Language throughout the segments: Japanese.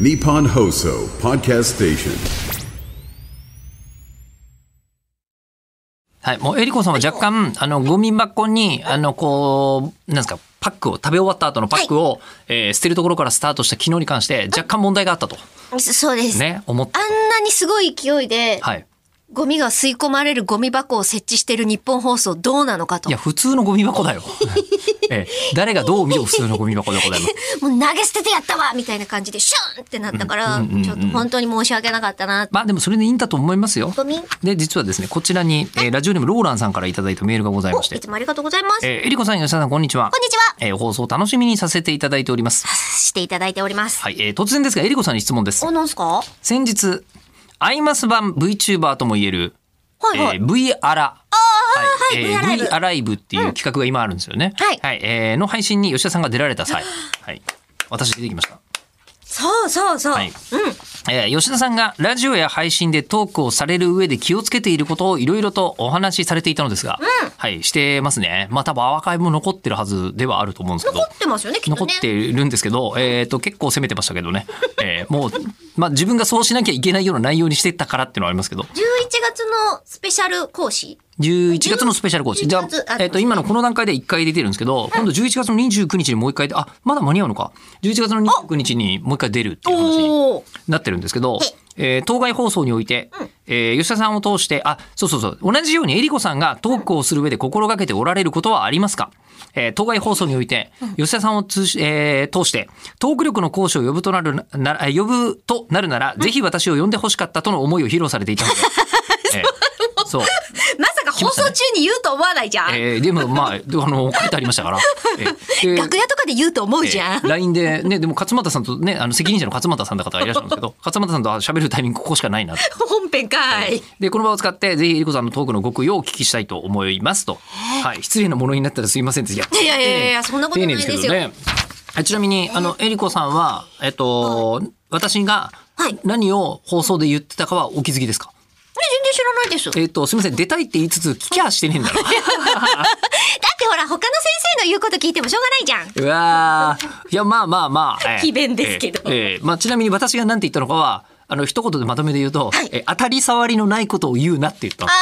Nippon Hoso Podcast Station. はい、もうえりこさんは若干、あの、ゴミ箱に、あの、こう、なんですか、パックを、食べ終わった後のパックを、えー捨てるところからスタートした昨日に関して、若干問題があったと、そそうです。ね、思っあて、んなにすごい勢いで、はい。ゴミが吸い込まれるゴミ箱を設置している日本放送どうなのかと。いや、も普通のゴミ箱だよ。 ええ誰がどう見ても普通のゴミ箱でござい ます。う投げ捨ててやったわみたいな感じでシュンってなったから、うんうんうんうんちょっと本当に申し訳なかったな。まあでもそれでいいんだと思いますよゴミ。で、実はですね、こちらに、えーラジオネームローランさんからいただいたメールがございお、まいして、つもありがとうございます。えー、えりこさん、吉田さん、こんにちは。こんにちは。えー放送楽しみにさせていただいております。していただいております。はい、えー突然ですが、えりこさんに質問ですお、。なんすかは先日、アイマス版 VTuber とも言える、いはい。えー V アラ。はいはいえー V アライブ V アライブっていう企画が今あるんですよね。はいえーの配信に吉田さんが出られた際、はい、私出てきました。そうそうそう。はいうん。えー吉田さんがラジオや配信でトークをされる上で気をつけていることをいろいろとお話しされていたのですが、はい、してますね。まあ多分アーカイブも残ってるはずではあると思うんですけど残。ってますよね、きっ残とねっ。ているんですけど、えー、と結構攻めてましたけどね、えーもう、まあ、自分がそうしなきゃいけないような内容にしてたからっていうのはありますけど11月のスペシャル講師。 11月のスペシャルコーチ。じゃあ11月あ、えっ、と、今のこの段階で1回出てるんですけど、今度11月の29日にもう1回で、あ、まだ間に合うのか。11月の29日にもう1回出るっていう話におお。なってるんですけど、えー当該放送において、えー吉田さんを通して、あ、そうそうそう、同じようにえりこさんがトークをする上で心がけておられることはありますかえー当該放送において、吉田さんを通し、えー通して、トーク力の講師を呼ぶとなるな、な呼ぶとなるなら、ぜひ私を呼んでほしかったとの思いを披露されていたの で、えーそう。まさか放送中に言うと思わないじゃん。えー、でもまあ、であの、書いてありましたから。えーで 楽屋とかで言うと思うじゃん。えー LINE で、ね、でも勝俣さんとね、あの、責任者の勝俣さんだ方がいらっしゃるんですけ ど、勝俣さんと喋るタイミングここしかないなと。 本編かい。で、この場を使って、ぜひ、えりこさんのトークの極意をお聞きしたいと思いますと。はい。失礼なものになったらすいませんです。いや、いやいやいやいや丁寧そんなことないですよ丁寧けどね。あちなみに、あの、えりこさんは、えっと、私がはい、何を放送で言ってたかはお気づきですか、ね全然知らないです。だえっと、すいません、出たいって言いつつ、聞きゃしてねえんだろ。ってほら、他の先生の言うこと聞いてもしょうがないじゃん。うわーいやまあまあまあ、ええ詭弁ですけどええええまあ、ちなみに私が何て言ったのかはあの一言でまとめで言うと、はいええ当たり障りのないことを言うなって言ったのあ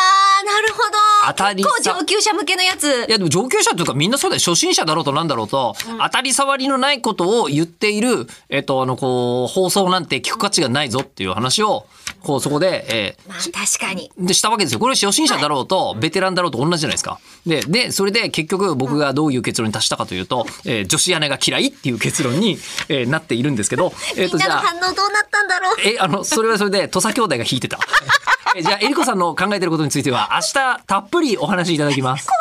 ー、なるほ当たど。り結さ構上級者向けのやつい。やでも上級者というかみんなそうだよ初心者だろうとなんだろうと、当たり障りのないことを言っている、えっとあのこう放送なんて聞く価値がないぞっていう話をこうそこで、ええまあ確かに。でしたわけですよ。これは初心者だろうと、ベテランだろうと同じじゃないですか。で、で、それで結局僕がどういう結論に達したかというと、えー女子姉が嫌いっていう結論に、えーなっているんですけ ど、えっ、みんなのあ、反応どうなったんだろう。え、あの、それはそれで土佐兄弟が 引いてた。えじゃあ、えりこさんの考えてることについては、明日たっぷりお話しいただきます。怖